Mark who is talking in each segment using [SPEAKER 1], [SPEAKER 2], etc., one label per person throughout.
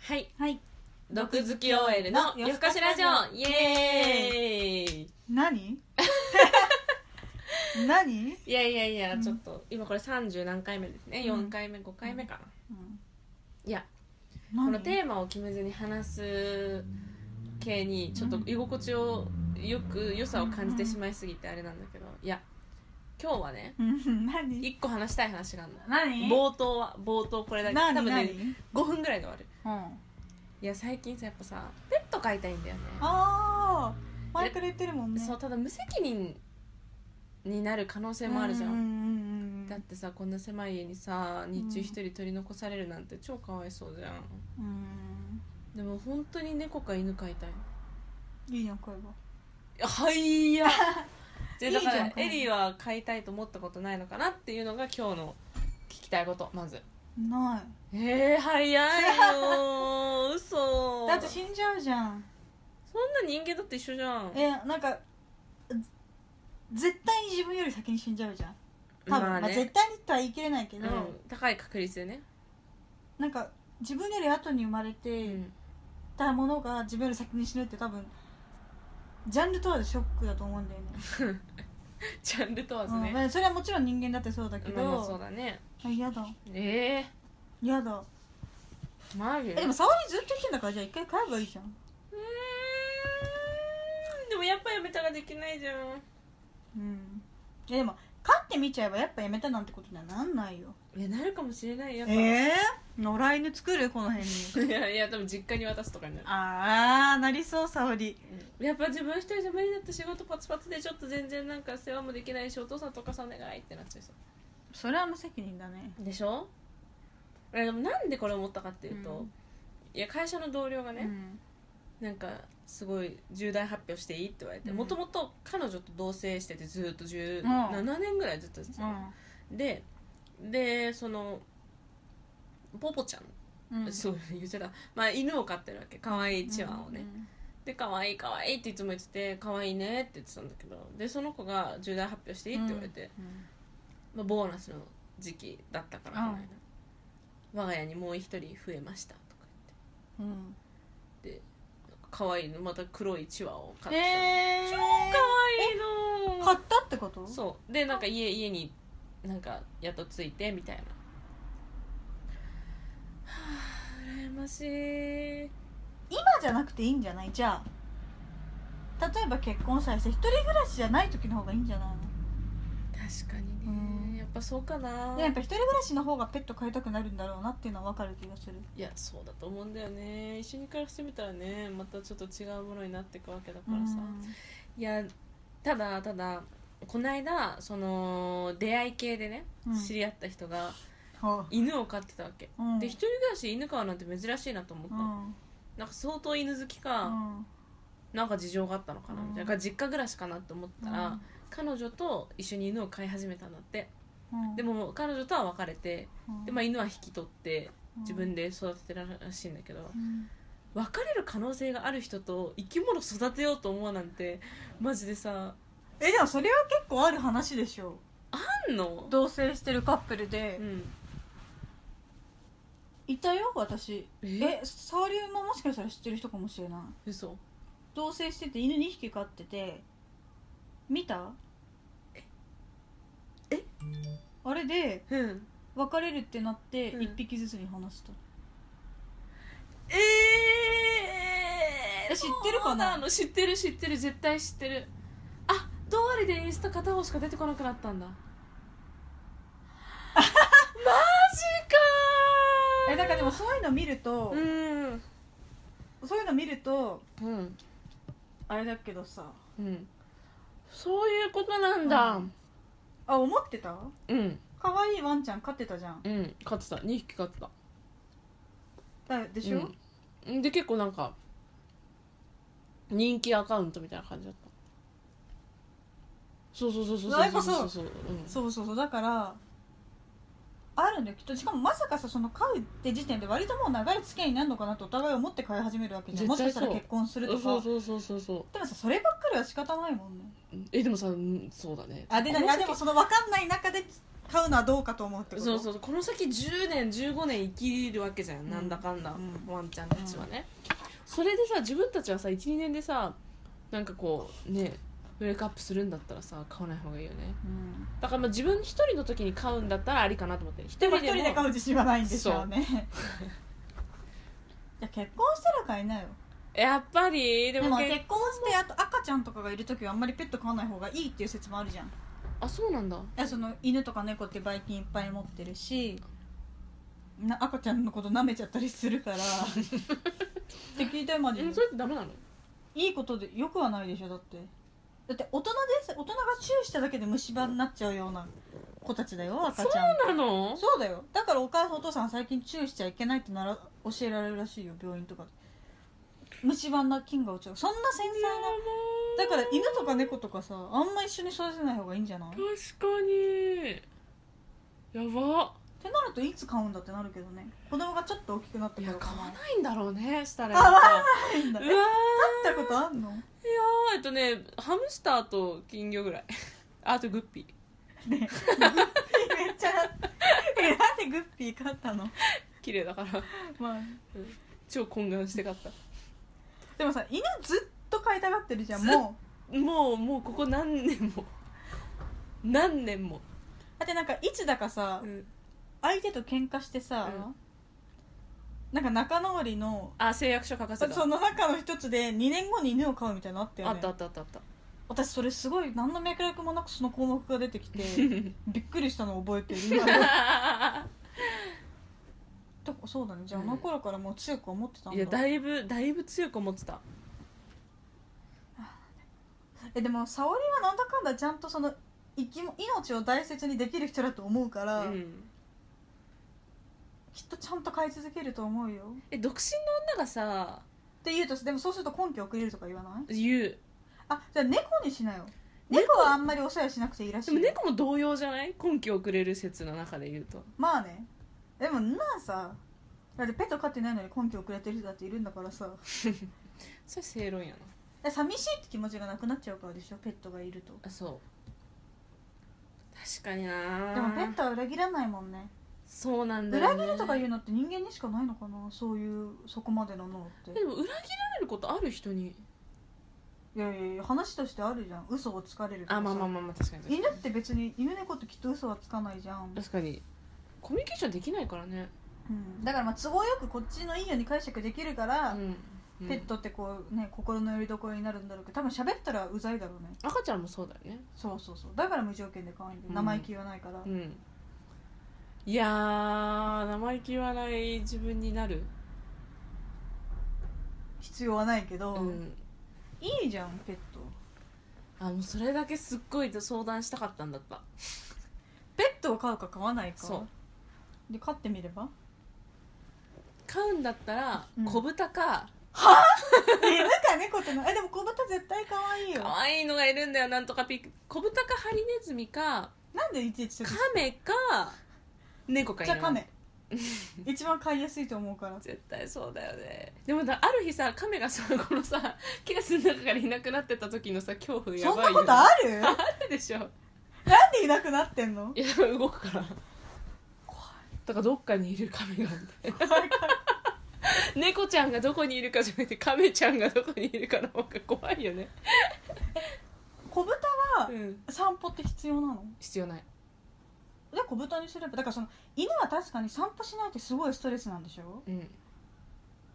[SPEAKER 1] はい
[SPEAKER 2] はい
[SPEAKER 1] 毒好き OL の夜更かしラジオイエーイ
[SPEAKER 2] 何何、
[SPEAKER 1] いやいやいや、
[SPEAKER 2] うん
[SPEAKER 1] ちょっと今これ30何回目ですね
[SPEAKER 2] うん
[SPEAKER 1] 4回目5回目かな、
[SPEAKER 2] うん、
[SPEAKER 1] いや
[SPEAKER 2] 何
[SPEAKER 1] このテーマを決めずに話す系にちょっと居心地をよく良さを感じてしまいすぎてあれなんだけどいや今日はね
[SPEAKER 2] うん何
[SPEAKER 1] 一個話したい話があるの
[SPEAKER 2] 何
[SPEAKER 1] 冒頭は冒頭これだけ
[SPEAKER 2] 何
[SPEAKER 1] 多分ね
[SPEAKER 2] 何うん、
[SPEAKER 1] 5分ぐらいで終わる
[SPEAKER 2] あ
[SPEAKER 1] いや最近さやっぱさペット飼いたいんだよね
[SPEAKER 2] あー前から言ってるもんね
[SPEAKER 1] そうただ無責任になる可能性もあるじゃん、
[SPEAKER 2] うんうんうん
[SPEAKER 1] だってさこんな狭い家にさ日中一人取り残されるなんて超かわいそうじゃん
[SPEAKER 2] うん
[SPEAKER 1] でも本当に猫か犬 飼いたい
[SPEAKER 2] うんいいやん声が
[SPEAKER 1] いやはい やじゃあだか
[SPEAKER 2] いいじゃ
[SPEAKER 1] ら
[SPEAKER 2] んこれ
[SPEAKER 1] エリーは飼いたいと思ったことないのかなっていうのが今日の聞きたいことまず
[SPEAKER 2] ない
[SPEAKER 1] えー、早いよー 嘘
[SPEAKER 2] だって死んじゃうじゃん
[SPEAKER 1] そんな人間だって一緒じゃん
[SPEAKER 2] えなんかぜ絶対に自分より先に死んじゃうじゃん多分、まあ
[SPEAKER 1] まあね
[SPEAKER 2] 絶対にとは言い切れないけ
[SPEAKER 1] う
[SPEAKER 2] ど、
[SPEAKER 1] ん、高い確率でね、
[SPEAKER 2] なんか自分より後に生まれ
[SPEAKER 1] う
[SPEAKER 2] て
[SPEAKER 1] ん、
[SPEAKER 2] たものが自分より先に死ぬって多分ジャンル問わずショックだと思うんだよね
[SPEAKER 1] ジャンル問わず
[SPEAKER 2] うんま
[SPEAKER 1] ね、
[SPEAKER 2] あそれはもちろん人間だってそうだけ
[SPEAKER 1] ま
[SPEAKER 2] ど、
[SPEAKER 1] あまあそうだね
[SPEAKER 2] あ嫌だ
[SPEAKER 1] ええ
[SPEAKER 2] 嫌だ
[SPEAKER 1] ー、マジ
[SPEAKER 2] えでも沙織ずっと言ってんだからじゃあ一回買えばいいじゃん
[SPEAKER 1] うーんでもやっぱやめたができないじゃん
[SPEAKER 2] うんえでも飼ってみちゃえばやっぱやめたなんてことにはなんないよ
[SPEAKER 1] いやなるかもしれないやっぱ、
[SPEAKER 2] えー、野良犬作るこの辺
[SPEAKER 1] い
[SPEAKER 2] に
[SPEAKER 1] やいや多分実家に渡すとかになる
[SPEAKER 2] ああなりそう沙織
[SPEAKER 1] やっぱ自分一人じゃ無理だって仕事パツパツでちょっと全然なんか世話もできないしお父さんとお母さんお願いってなっちゃいそ
[SPEAKER 2] それは無責任だね
[SPEAKER 1] うでしょえでもなんでこれ思ったかっていうと、
[SPEAKER 2] うん
[SPEAKER 1] いや会社の同僚が
[SPEAKER 2] う
[SPEAKER 1] ね、
[SPEAKER 2] ん
[SPEAKER 1] なんかすごい重大発表していいって言われて
[SPEAKER 2] うん
[SPEAKER 1] もともと彼女と同棲しててずっと17年ぐらいずっとですよででそのポポちゃん
[SPEAKER 2] うんうん
[SPEAKER 1] そう言っちゃった、まあ、犬を飼ってるわけ可愛いチワワをね、で可愛い可愛いっていつも言ってて可愛いねって言ってたんだけどでその子が重大発表していいって言われて、
[SPEAKER 2] うんうん
[SPEAKER 1] まあ、ボーナスの時期だったからこの間、我が家にもう一人増えましたとか
[SPEAKER 2] うん
[SPEAKER 1] 言ってなんか可愛いのまた黒いチワワを飼ってた、
[SPEAKER 2] えー、
[SPEAKER 1] 可愛いの
[SPEAKER 2] 買ったってこと
[SPEAKER 1] そうでなんか家家になんかやっとついてみたいなはあ羨ましい
[SPEAKER 2] 今じゃなくていいんじゃないじゃあ例えば結婚さえして一人暮らしじゃない時の方がいいんじゃないの
[SPEAKER 1] 確かに
[SPEAKER 2] うん
[SPEAKER 1] ねやっぱそうかな
[SPEAKER 2] でもやっぱ一人暮らしの方がペット飼いたくなるんだろうなっていうのは分かる気がする
[SPEAKER 1] いやそうだと思うんだよね一緒に暮らしてみたらねまたちょっと違うものになっていくわけだか
[SPEAKER 2] う
[SPEAKER 1] ら
[SPEAKER 2] ん
[SPEAKER 1] さいやただただこの間その出会い系でね、
[SPEAKER 2] うん
[SPEAKER 1] 知り合った人が
[SPEAKER 2] ほ
[SPEAKER 1] 犬を飼ってたわけ、
[SPEAKER 2] ううん
[SPEAKER 1] で一人暮らしで犬飼うなんて珍しいなと思っ
[SPEAKER 2] う
[SPEAKER 1] たの、
[SPEAKER 2] ん
[SPEAKER 1] なんか相当犬好きか、
[SPEAKER 2] うん
[SPEAKER 1] なんか事情があったのかなみたいな、
[SPEAKER 2] う
[SPEAKER 1] だ
[SPEAKER 2] ん
[SPEAKER 1] から実家暮らしかなって思ったら、彼女と一緒に犬を飼い始めたんだって
[SPEAKER 2] うん
[SPEAKER 1] でももう彼女とは別れて
[SPEAKER 2] うん
[SPEAKER 1] で、まあ、犬は引き取って
[SPEAKER 2] うん
[SPEAKER 1] 自分で育ててるらしいんだけど
[SPEAKER 2] うん
[SPEAKER 1] 別れる可能性がある人と生き物育てようと思うなんてマジでさ
[SPEAKER 2] えでもそれは結構ある話でしょ
[SPEAKER 1] あんの
[SPEAKER 2] 同棲してるカップルで
[SPEAKER 1] うん
[SPEAKER 2] いたよ私
[SPEAKER 1] え
[SPEAKER 2] え沙織ももしかしたら知ってる人かもしれない
[SPEAKER 1] 嘘
[SPEAKER 2] 同棲してて犬2匹飼ってて見た
[SPEAKER 1] ええ
[SPEAKER 2] あれで
[SPEAKER 1] うん
[SPEAKER 2] 別れるってなって
[SPEAKER 1] うん
[SPEAKER 2] 1匹ずつに話した、
[SPEAKER 1] え
[SPEAKER 2] え知ってるかな
[SPEAKER 1] そうの知ってる知ってる絶対知ってるあ通りでインスタ片方しか出てこなくな ったんだマジかー
[SPEAKER 2] えなんかでもそういうの見ると
[SPEAKER 1] う、ん
[SPEAKER 2] そういうの見ると
[SPEAKER 1] うん
[SPEAKER 2] あれだけどさ
[SPEAKER 1] うんそういうことなんだ
[SPEAKER 2] うんあ思ってた
[SPEAKER 1] うん
[SPEAKER 2] 可愛いワンちゃん飼ってたじゃん
[SPEAKER 1] うん勝ってた2匹勝ってた
[SPEAKER 2] だでしょ、
[SPEAKER 1] うん、で結構なんか人気アカウントみたいな感じだったそうそうそうそう
[SPEAKER 2] あやっぱそう
[SPEAKER 1] そうそううん
[SPEAKER 2] そうそうそうだからあるんだよきっとしかもまさかさその飼うって時点で割ともう長い付き合いになるのかなとお互い思って飼い始めるわけじゃんも
[SPEAKER 1] 絶
[SPEAKER 2] し
[SPEAKER 1] 対そ
[SPEAKER 2] かした
[SPEAKER 1] う
[SPEAKER 2] ら結婚するとか
[SPEAKER 1] そうそうそうそうそ
[SPEAKER 2] でもさそればっかりは仕方ないもんね
[SPEAKER 1] うえでもさうんそうだね
[SPEAKER 2] あで
[SPEAKER 1] この
[SPEAKER 2] あでも
[SPEAKER 1] 先
[SPEAKER 2] その分かんない中で買うのはどうかと思うってこと
[SPEAKER 1] そうそうこの先10年15年生きるわけじゃん、
[SPEAKER 2] ん
[SPEAKER 1] なんだかんだ、
[SPEAKER 2] うん
[SPEAKER 1] ワンちゃんたちはね、それでさ自分たちはさ12年でさなんかこうねウェイクアップするんだったらさ買わない方がいいよね
[SPEAKER 2] うん
[SPEAKER 1] だからまあ自分一人の時に買うんだったらありかなと思って一
[SPEAKER 2] で
[SPEAKER 1] 人
[SPEAKER 2] も
[SPEAKER 1] で
[SPEAKER 2] 一人で買う
[SPEAKER 1] も
[SPEAKER 2] 自信は ないんでしょうねいや結婚したら買いなよ
[SPEAKER 1] やっぱりで
[SPEAKER 2] で
[SPEAKER 1] も
[SPEAKER 2] も
[SPEAKER 1] け
[SPEAKER 2] 結婚してあと赤ちゃんとかがいる時はあんまりペット飼わない方がいいっていう説もあるじゃんい
[SPEAKER 1] あそうなんだ
[SPEAKER 2] やその犬とか猫ってばい菌いっぱい持ってるしな赤ちゃんのこと舐めちゃったりする からって聞いたよマジ
[SPEAKER 1] え
[SPEAKER 2] で
[SPEAKER 1] それってダメなの
[SPEAKER 2] いいことでよくはないでしょだってだって大人です大人がチューしただけで虫歯になっちゃうような子たちだよ赤ちゃん
[SPEAKER 1] そうなの
[SPEAKER 2] そうだよだからお母さんお父さんは最近チューしちゃいけないってなら教えられるらしいよ病院とかで虫歯な菌が落ちるそんな繊細なだから犬とか猫とかさあんま一緒に育てない方がいいんじゃないっ
[SPEAKER 1] 確かにやば
[SPEAKER 2] てなるといつ買うんだってなるけどね子供がちょっと大きくなって
[SPEAKER 1] い
[SPEAKER 2] か
[SPEAKER 1] や
[SPEAKER 2] ら
[SPEAKER 1] 買わ
[SPEAKER 2] わ
[SPEAKER 1] ないんだろうねしたら
[SPEAKER 2] 買わ
[SPEAKER 1] やっ
[SPEAKER 2] ないんだ
[SPEAKER 1] ぱう
[SPEAKER 2] え
[SPEAKER 1] わ
[SPEAKER 2] 買
[SPEAKER 1] ー
[SPEAKER 2] ったことあんの
[SPEAKER 1] いやーえっとねハムスターと金魚ぐらい あとグッピー
[SPEAKER 2] ねグッピーめっちゃえなんでグッピー買ったの
[SPEAKER 1] 綺麗だから
[SPEAKER 2] まあ
[SPEAKER 1] 超懇願して買った
[SPEAKER 2] でもさ犬ずっと飼いたがってるじゃんもう
[SPEAKER 1] もうもうここ何年も何年も、
[SPEAKER 2] だってなんかいつだかさ、
[SPEAKER 1] うん
[SPEAKER 2] 相手と喧嘩してさ、
[SPEAKER 1] うん
[SPEAKER 2] なんか仲直りの
[SPEAKER 1] あ誓約書書かせた
[SPEAKER 2] その中の一つで2年後に犬を飼うみたいなのあったよ
[SPEAKER 1] あ
[SPEAKER 2] ね
[SPEAKER 1] ったあったあったあっ た
[SPEAKER 2] 私それすごい何の脈絡もなくその項目が出てきて びっくりしたのを覚えてる今でもとそうだねじゃああの頃からもう強く思ってたんだ
[SPEAKER 1] いやだいぶだいぶ強く思ってた
[SPEAKER 2] えでも沙織はなんだかんだちゃんとその生きも命を大切にできる人だと思うか
[SPEAKER 1] う
[SPEAKER 2] ら、
[SPEAKER 1] ん
[SPEAKER 2] きっとちゃんと飼い続けると思うよ
[SPEAKER 1] え独身の女がさ
[SPEAKER 2] って言うとでもそうすると根拠をくれるとか言わない
[SPEAKER 1] 言う
[SPEAKER 2] あじゃあ猫にしなよ猫はあんまりお世話しなくていいらしい
[SPEAKER 1] でも猫も同様じゃない根拠をくれる説の中で言うと
[SPEAKER 2] まあねでもなあさだってペット飼ってないのに根拠をくれてる人だっているんだからさ
[SPEAKER 1] それ正論やな
[SPEAKER 2] 寂しいって気持ちがなくなっちゃうからでしょペットがいると
[SPEAKER 1] あそう確かにな
[SPEAKER 2] でもペットは裏切らないもんね
[SPEAKER 1] そうなんだよ、
[SPEAKER 2] 裏
[SPEAKER 1] ね、
[SPEAKER 2] 切るとかいうのって人間にしかないのかなそういうそこまでの脳って
[SPEAKER 1] でも裏切られることある人に
[SPEAKER 2] いやいやいや話としてあるじゃん嘘をつかれるとかさ
[SPEAKER 1] あまあまあまあまあ確かに確か
[SPEAKER 2] 犬って別に犬猫ってきっと嘘はつかないじゃん
[SPEAKER 1] に、確かにコミュニケーションできないからね
[SPEAKER 2] うん、だからまあ都合よくこっちのいいように解釈できるから、
[SPEAKER 1] うん、うん
[SPEAKER 2] ペットってこうね心の拠り所になるんだろうけど多分喋ったらうざいだろうね
[SPEAKER 1] 赤ちゃんもそうだよね
[SPEAKER 2] そうそうそうだから無条件で可愛いんだよ、
[SPEAKER 1] うん
[SPEAKER 2] 生意気言わないから、
[SPEAKER 1] うんいやー生意気言わない自分になる
[SPEAKER 2] 必要はないけ
[SPEAKER 1] う
[SPEAKER 2] ど、
[SPEAKER 1] ん
[SPEAKER 2] いいじゃんペット
[SPEAKER 1] あもうそれだけすっごい相談したかったんだった
[SPEAKER 2] ペットを飼うか飼わないか
[SPEAKER 1] そ
[SPEAKER 2] で飼ってみれ ば
[SPEAKER 1] 飼うんだったら
[SPEAKER 2] うん
[SPEAKER 1] 小豚か、
[SPEAKER 2] 犬か猫ってのえでも子豚絶対可愛いよ
[SPEAKER 1] 可愛いのがいるんだよなんとかピック小豚かハリネズミか
[SPEAKER 2] なんでいちいちちょっ
[SPEAKER 1] カ
[SPEAKER 2] と
[SPEAKER 1] メか猫かい
[SPEAKER 2] じゃ
[SPEAKER 1] な
[SPEAKER 2] あカメ 一番飼いやすいと思うから
[SPEAKER 1] 絶対そうだよねでもだある日さカメがさこのさケースの中からいなくなってた時のさ恐怖や
[SPEAKER 2] そん
[SPEAKER 1] ばい
[SPEAKER 2] な
[SPEAKER 1] よね
[SPEAKER 2] ことあるなん
[SPEAKER 1] るでしょ
[SPEAKER 2] でいなくなってんの
[SPEAKER 1] いや動くからだからどっかにいるカメが みたいな猫ちゃんがどこにいるかじゃなくてカメちゃんがどこにいるかの方が怖いよね
[SPEAKER 2] 子豚は
[SPEAKER 1] うん
[SPEAKER 2] 散歩って必要なの
[SPEAKER 1] 必要ない
[SPEAKER 2] じゃあ子豚にすればだからその犬は確かに散歩しないってすごいストレスなんでしょ
[SPEAKER 1] うん、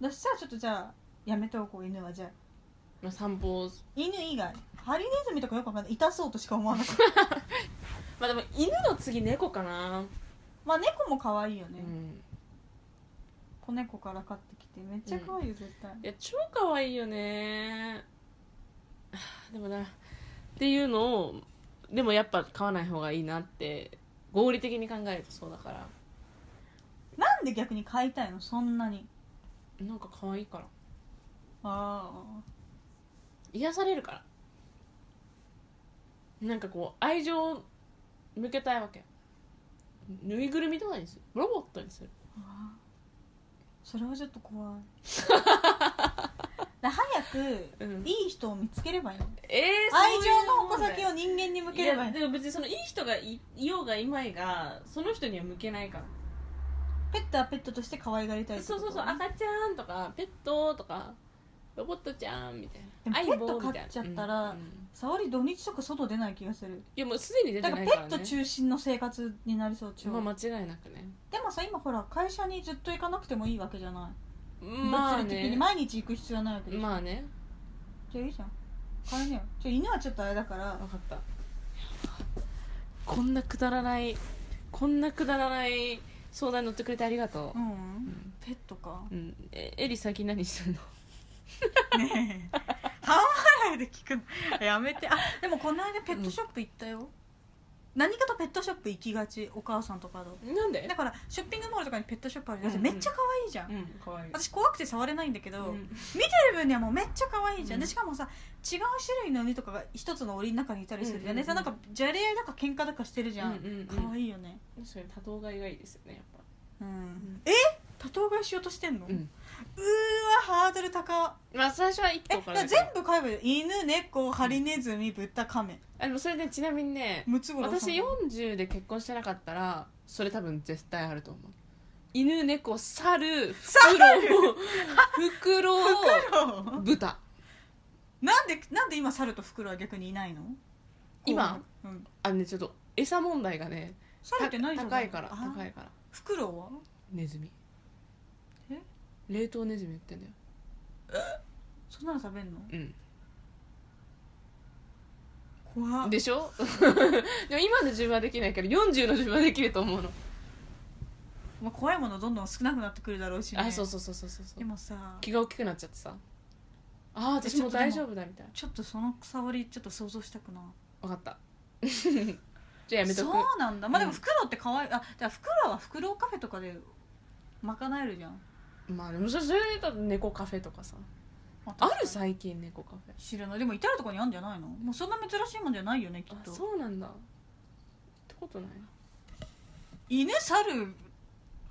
[SPEAKER 2] だしさちょっとじゃあやめておこう犬はじゃあ
[SPEAKER 1] まあ、散歩を
[SPEAKER 2] 犬以外ハリネズミとかよくわかんない痛そうとしか思わなかった
[SPEAKER 1] まあでも犬の次猫かな
[SPEAKER 2] まあ猫も可愛いよ
[SPEAKER 1] う
[SPEAKER 2] ね、
[SPEAKER 1] ん
[SPEAKER 2] 子猫から飼ってきてめっちゃ可愛いよ絶対、
[SPEAKER 1] いや超可愛いよね はあでもなっていうのをでもやっぱ買わない方がいいなって合理的に考えるとそうだから
[SPEAKER 2] なんで逆に飼いたいのそんなに
[SPEAKER 1] なんか可愛いから
[SPEAKER 2] あ
[SPEAKER 1] 癒されるからなんかこう愛情を向けたいわけぬいぐるみとかにするロボットにする
[SPEAKER 2] あそれはちょっと怖いだ早くく
[SPEAKER 1] うん
[SPEAKER 2] いい人を見つければいい
[SPEAKER 1] えー、
[SPEAKER 2] 愛情の矛先
[SPEAKER 1] を
[SPEAKER 2] を人間に向ければいい
[SPEAKER 3] やでも別にそのいい人がいいようがいまいがその人には向けないから
[SPEAKER 2] ペットはペットとして可愛がりたいって
[SPEAKER 3] そ
[SPEAKER 2] こ
[SPEAKER 3] う
[SPEAKER 2] と
[SPEAKER 3] そうそう赤ちゃんとかペットとかロボットちゃんみたいな
[SPEAKER 2] で
[SPEAKER 3] 相
[SPEAKER 2] も
[SPEAKER 3] 棒みたいな
[SPEAKER 2] ペット飼っちゃったら
[SPEAKER 3] うんうん
[SPEAKER 2] 沙織土日とか外出ない気がする
[SPEAKER 1] いやもうすでに出
[SPEAKER 2] だ
[SPEAKER 1] て
[SPEAKER 2] か
[SPEAKER 1] な
[SPEAKER 2] ら
[SPEAKER 1] い
[SPEAKER 2] ペ
[SPEAKER 1] から、ね、
[SPEAKER 2] ット中心の生活になりそう中、
[SPEAKER 1] まあ間違いなくね
[SPEAKER 2] でもさ今ほら会社にずっと行かなくてもいいわけじゃない
[SPEAKER 1] まあ
[SPEAKER 2] 物理的に
[SPEAKER 1] ね
[SPEAKER 2] 毎日行く必要はないわけでしょ
[SPEAKER 1] まあね
[SPEAKER 2] じゃあいいじゃん帰れよじゃあ犬はちょっとあれだから
[SPEAKER 1] 分かったこんなくだらないこんなくだらない相談に乗ってくれてありがと
[SPEAKER 2] う
[SPEAKER 1] う、
[SPEAKER 2] ん、
[SPEAKER 1] ん
[SPEAKER 2] ペットか
[SPEAKER 1] うん、えエリ最近何してるの
[SPEAKER 2] ねえ半笑いで聞くの やめてあでもこの間ペットショップ行ったよ、何かとペットショップ行きがちお母さんとかと
[SPEAKER 1] なんで
[SPEAKER 2] だからショッピングモールとかにペットショップあるじゃ
[SPEAKER 1] う
[SPEAKER 2] ん、
[SPEAKER 1] んうん
[SPEAKER 2] めっちゃ可愛いじゃん、
[SPEAKER 1] うんかわいい
[SPEAKER 2] 私怖くて触れないんだけど、
[SPEAKER 1] う
[SPEAKER 2] 見
[SPEAKER 1] ん
[SPEAKER 2] てる分にはもうめっちゃ可愛いじゃ
[SPEAKER 1] う
[SPEAKER 2] ん、
[SPEAKER 1] ん
[SPEAKER 2] でしかもさ違う種類の鬼とかが一つの檻の中にいたりするじゃんね、
[SPEAKER 1] うんうんうん
[SPEAKER 2] さなんかじゃれ合いだか喧嘩だかしてるじゃん、
[SPEAKER 1] うんうんうん
[SPEAKER 2] 可愛いよね
[SPEAKER 1] 確かに多頭飼いがいいですよねやっぱ
[SPEAKER 2] うん、え多頭飼いしようとしてんの、
[SPEAKER 1] うん
[SPEAKER 2] うーわハードル高
[SPEAKER 1] まあ最初は一
[SPEAKER 2] え
[SPEAKER 1] 頭か
[SPEAKER 2] だからら
[SPEAKER 1] だけど
[SPEAKER 2] 全部飼えばいい犬猫ハリネズミ豚カメ
[SPEAKER 1] あでもそれでちなみにね
[SPEAKER 2] ムツゴロウさん
[SPEAKER 1] 私40で結婚してなかったらそれ多分絶対あると思う犬猫猿フクロウフクロウ
[SPEAKER 2] 袋
[SPEAKER 1] 豚
[SPEAKER 2] なんでなんで今猿と袋は逆にいないの
[SPEAKER 1] 今、
[SPEAKER 2] こううん、
[SPEAKER 1] あのねちょっと餌問題がね
[SPEAKER 2] 猿って何
[SPEAKER 1] た高いから
[SPEAKER 2] あー
[SPEAKER 1] 高いから
[SPEAKER 2] 袋は
[SPEAKER 1] ネズミ
[SPEAKER 2] え
[SPEAKER 1] 冷凍ネズミ売ってんだよ
[SPEAKER 2] そんなの食べんの
[SPEAKER 1] うん
[SPEAKER 2] 怖っ
[SPEAKER 1] でしょ でも今の自分はできないけど40の自分はできると思うの、
[SPEAKER 2] まあ、怖いものどんどん少なくなってくるだろうし、ね、
[SPEAKER 1] あそうそうそうそうそう
[SPEAKER 2] でもさ
[SPEAKER 1] 気が大きくなっちゃってさああ私もう大丈夫だみたいな
[SPEAKER 2] ちょっとその触りちょっと想像したくな
[SPEAKER 1] 分かった じゃあやめと
[SPEAKER 2] そ
[SPEAKER 1] く
[SPEAKER 2] うなんだまあでも
[SPEAKER 1] うん
[SPEAKER 2] フクロウって可愛い、あじゃあフクロウはフクロウカフェとかで賄えるじゃん
[SPEAKER 1] まあでもそれそれで言うと猫カフェとかさある最近猫カフェ
[SPEAKER 2] 知らないでも至るとこにあるんじゃないのもうそんな珍しいもんじゃないよねきっ
[SPEAKER 1] あ
[SPEAKER 2] と
[SPEAKER 1] そうなんだってことない
[SPEAKER 2] 犬猿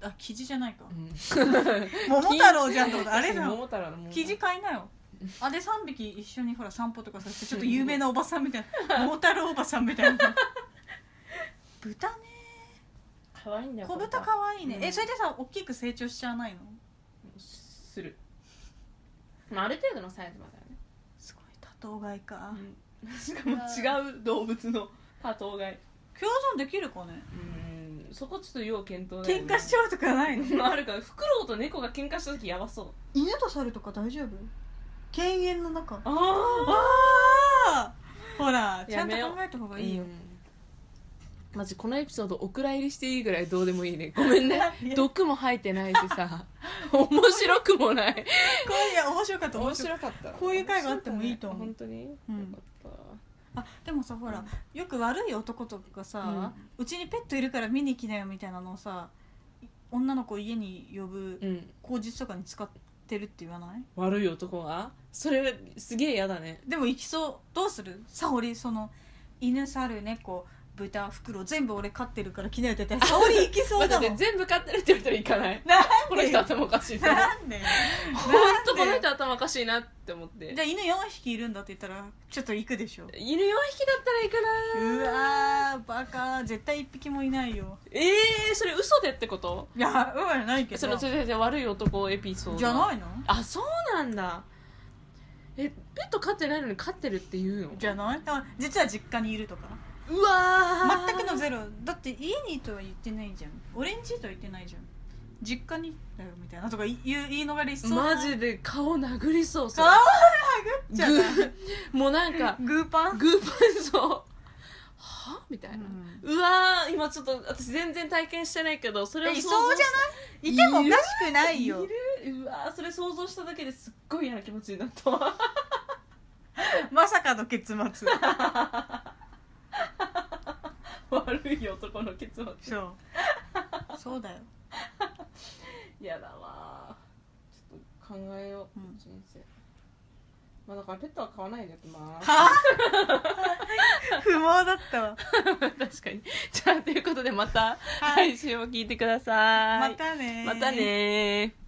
[SPEAKER 2] あキジじゃないか
[SPEAKER 1] な、
[SPEAKER 2] 桃太郎じゃんってことあれだ
[SPEAKER 1] 桃太郎の桃
[SPEAKER 2] キジ飼いなよあで3匹一緒にほら散歩とかさせ てちょっと有名なおばさんみたいな桃太郎おばさんみたいな豚ね
[SPEAKER 1] 可愛いんだよ
[SPEAKER 2] 小
[SPEAKER 1] これ
[SPEAKER 2] 豚かわいいね、
[SPEAKER 1] うん
[SPEAKER 2] えそれでさ大きく成長しちゃわないの
[SPEAKER 1] する、まあ、ある程度のサイズまではね
[SPEAKER 2] すごい多頭飼いか
[SPEAKER 1] しかも違う動物の多頭飼い
[SPEAKER 2] 共存できるかね
[SPEAKER 1] うんそこちょっと要検討だよ
[SPEAKER 2] 喧
[SPEAKER 1] ね
[SPEAKER 2] 嘩しちゃうとかないの
[SPEAKER 1] あるからフクロウと猫が喧嘩した時やばそう
[SPEAKER 2] 犬と猿とか大丈夫犬猿の中あ
[SPEAKER 1] あ
[SPEAKER 2] あーほらちゃ
[SPEAKER 1] や
[SPEAKER 2] んと
[SPEAKER 1] めよう
[SPEAKER 2] 考えた方が
[SPEAKER 1] あ
[SPEAKER 2] いいよ、
[SPEAKER 1] マジこのエピソードお蔵入りしていいぐらいどうでもいいねごめんね 毒も吐いてないしさ面白くもない
[SPEAKER 2] こういや面白かった面白かっ
[SPEAKER 1] かった
[SPEAKER 2] こういう回があってもいいと思う
[SPEAKER 1] 本当に、
[SPEAKER 2] うん
[SPEAKER 1] よかった
[SPEAKER 2] たあでもさほらよく悪い男とかがさ
[SPEAKER 1] う
[SPEAKER 2] うち、にペットいるから見に来なよみたいなのをさ女の子を家に呼ぶ
[SPEAKER 1] うん、
[SPEAKER 2] 口実とかに使ってるって言わない
[SPEAKER 1] 悪い男がそれすげえ嫌だね
[SPEAKER 2] でも行きそうどうする沙織その犬猿猫豚袋全部俺飼ってるから着ないとって沙織行きそう
[SPEAKER 1] 待
[SPEAKER 2] だ
[SPEAKER 1] っ
[SPEAKER 2] も
[SPEAKER 1] て
[SPEAKER 2] ん
[SPEAKER 1] 全部買ってるって言われたら行かない
[SPEAKER 2] なん
[SPEAKER 1] この人頭おかしいと思う
[SPEAKER 2] なんで
[SPEAKER 1] 本当この人頭おかしいなって思って
[SPEAKER 2] じゃあ犬4匹いるんだって言ったらちょっと行くでしょ
[SPEAKER 1] 犬4匹だったら行く
[SPEAKER 2] う
[SPEAKER 1] な
[SPEAKER 2] わーバカ絶対1匹もいないよ
[SPEAKER 1] ええー、それ嘘でってこと
[SPEAKER 2] いやうんやないけど
[SPEAKER 1] そのそれそれ悪い男エピソード
[SPEAKER 2] じゃないの
[SPEAKER 1] あそうなんだえペット飼ってないのに飼ってるって言うの
[SPEAKER 2] じゃないだから実は実家にいるとか
[SPEAKER 1] うわー
[SPEAKER 2] 全くのゼロだって家にとは言ってないじゃん俺んちとは言ってないじゃん実家にだよみたいなとか言う言い逃れしそうな
[SPEAKER 1] マジで顔殴りそうそ
[SPEAKER 2] 顔
[SPEAKER 1] れ
[SPEAKER 2] を殴っちゃう
[SPEAKER 1] グー もうなんか
[SPEAKER 2] グーパン、
[SPEAKER 1] グーパンそうはみたいな、うわー今ちょっと私全然体験してないけどそれを
[SPEAKER 2] えい
[SPEAKER 1] 想
[SPEAKER 2] そ
[SPEAKER 1] 像
[SPEAKER 2] うじ
[SPEAKER 1] い
[SPEAKER 2] ゃないいてもおかしくないよ
[SPEAKER 1] るうわーそれ想像しただけですっごい嫌な気持ちになった わ
[SPEAKER 2] まさかの結末
[SPEAKER 1] 悪い男の結末
[SPEAKER 2] そうそうだよ、
[SPEAKER 1] 嫌だわーちょっと考えよう、
[SPEAKER 2] うん
[SPEAKER 1] 人生まあだからペットは飼わないでやってまーす
[SPEAKER 2] は 不毛だったわ
[SPEAKER 1] 確かにじゃあということでまた
[SPEAKER 2] はい
[SPEAKER 1] 配信を聞いてください、
[SPEAKER 2] またねー
[SPEAKER 1] またねー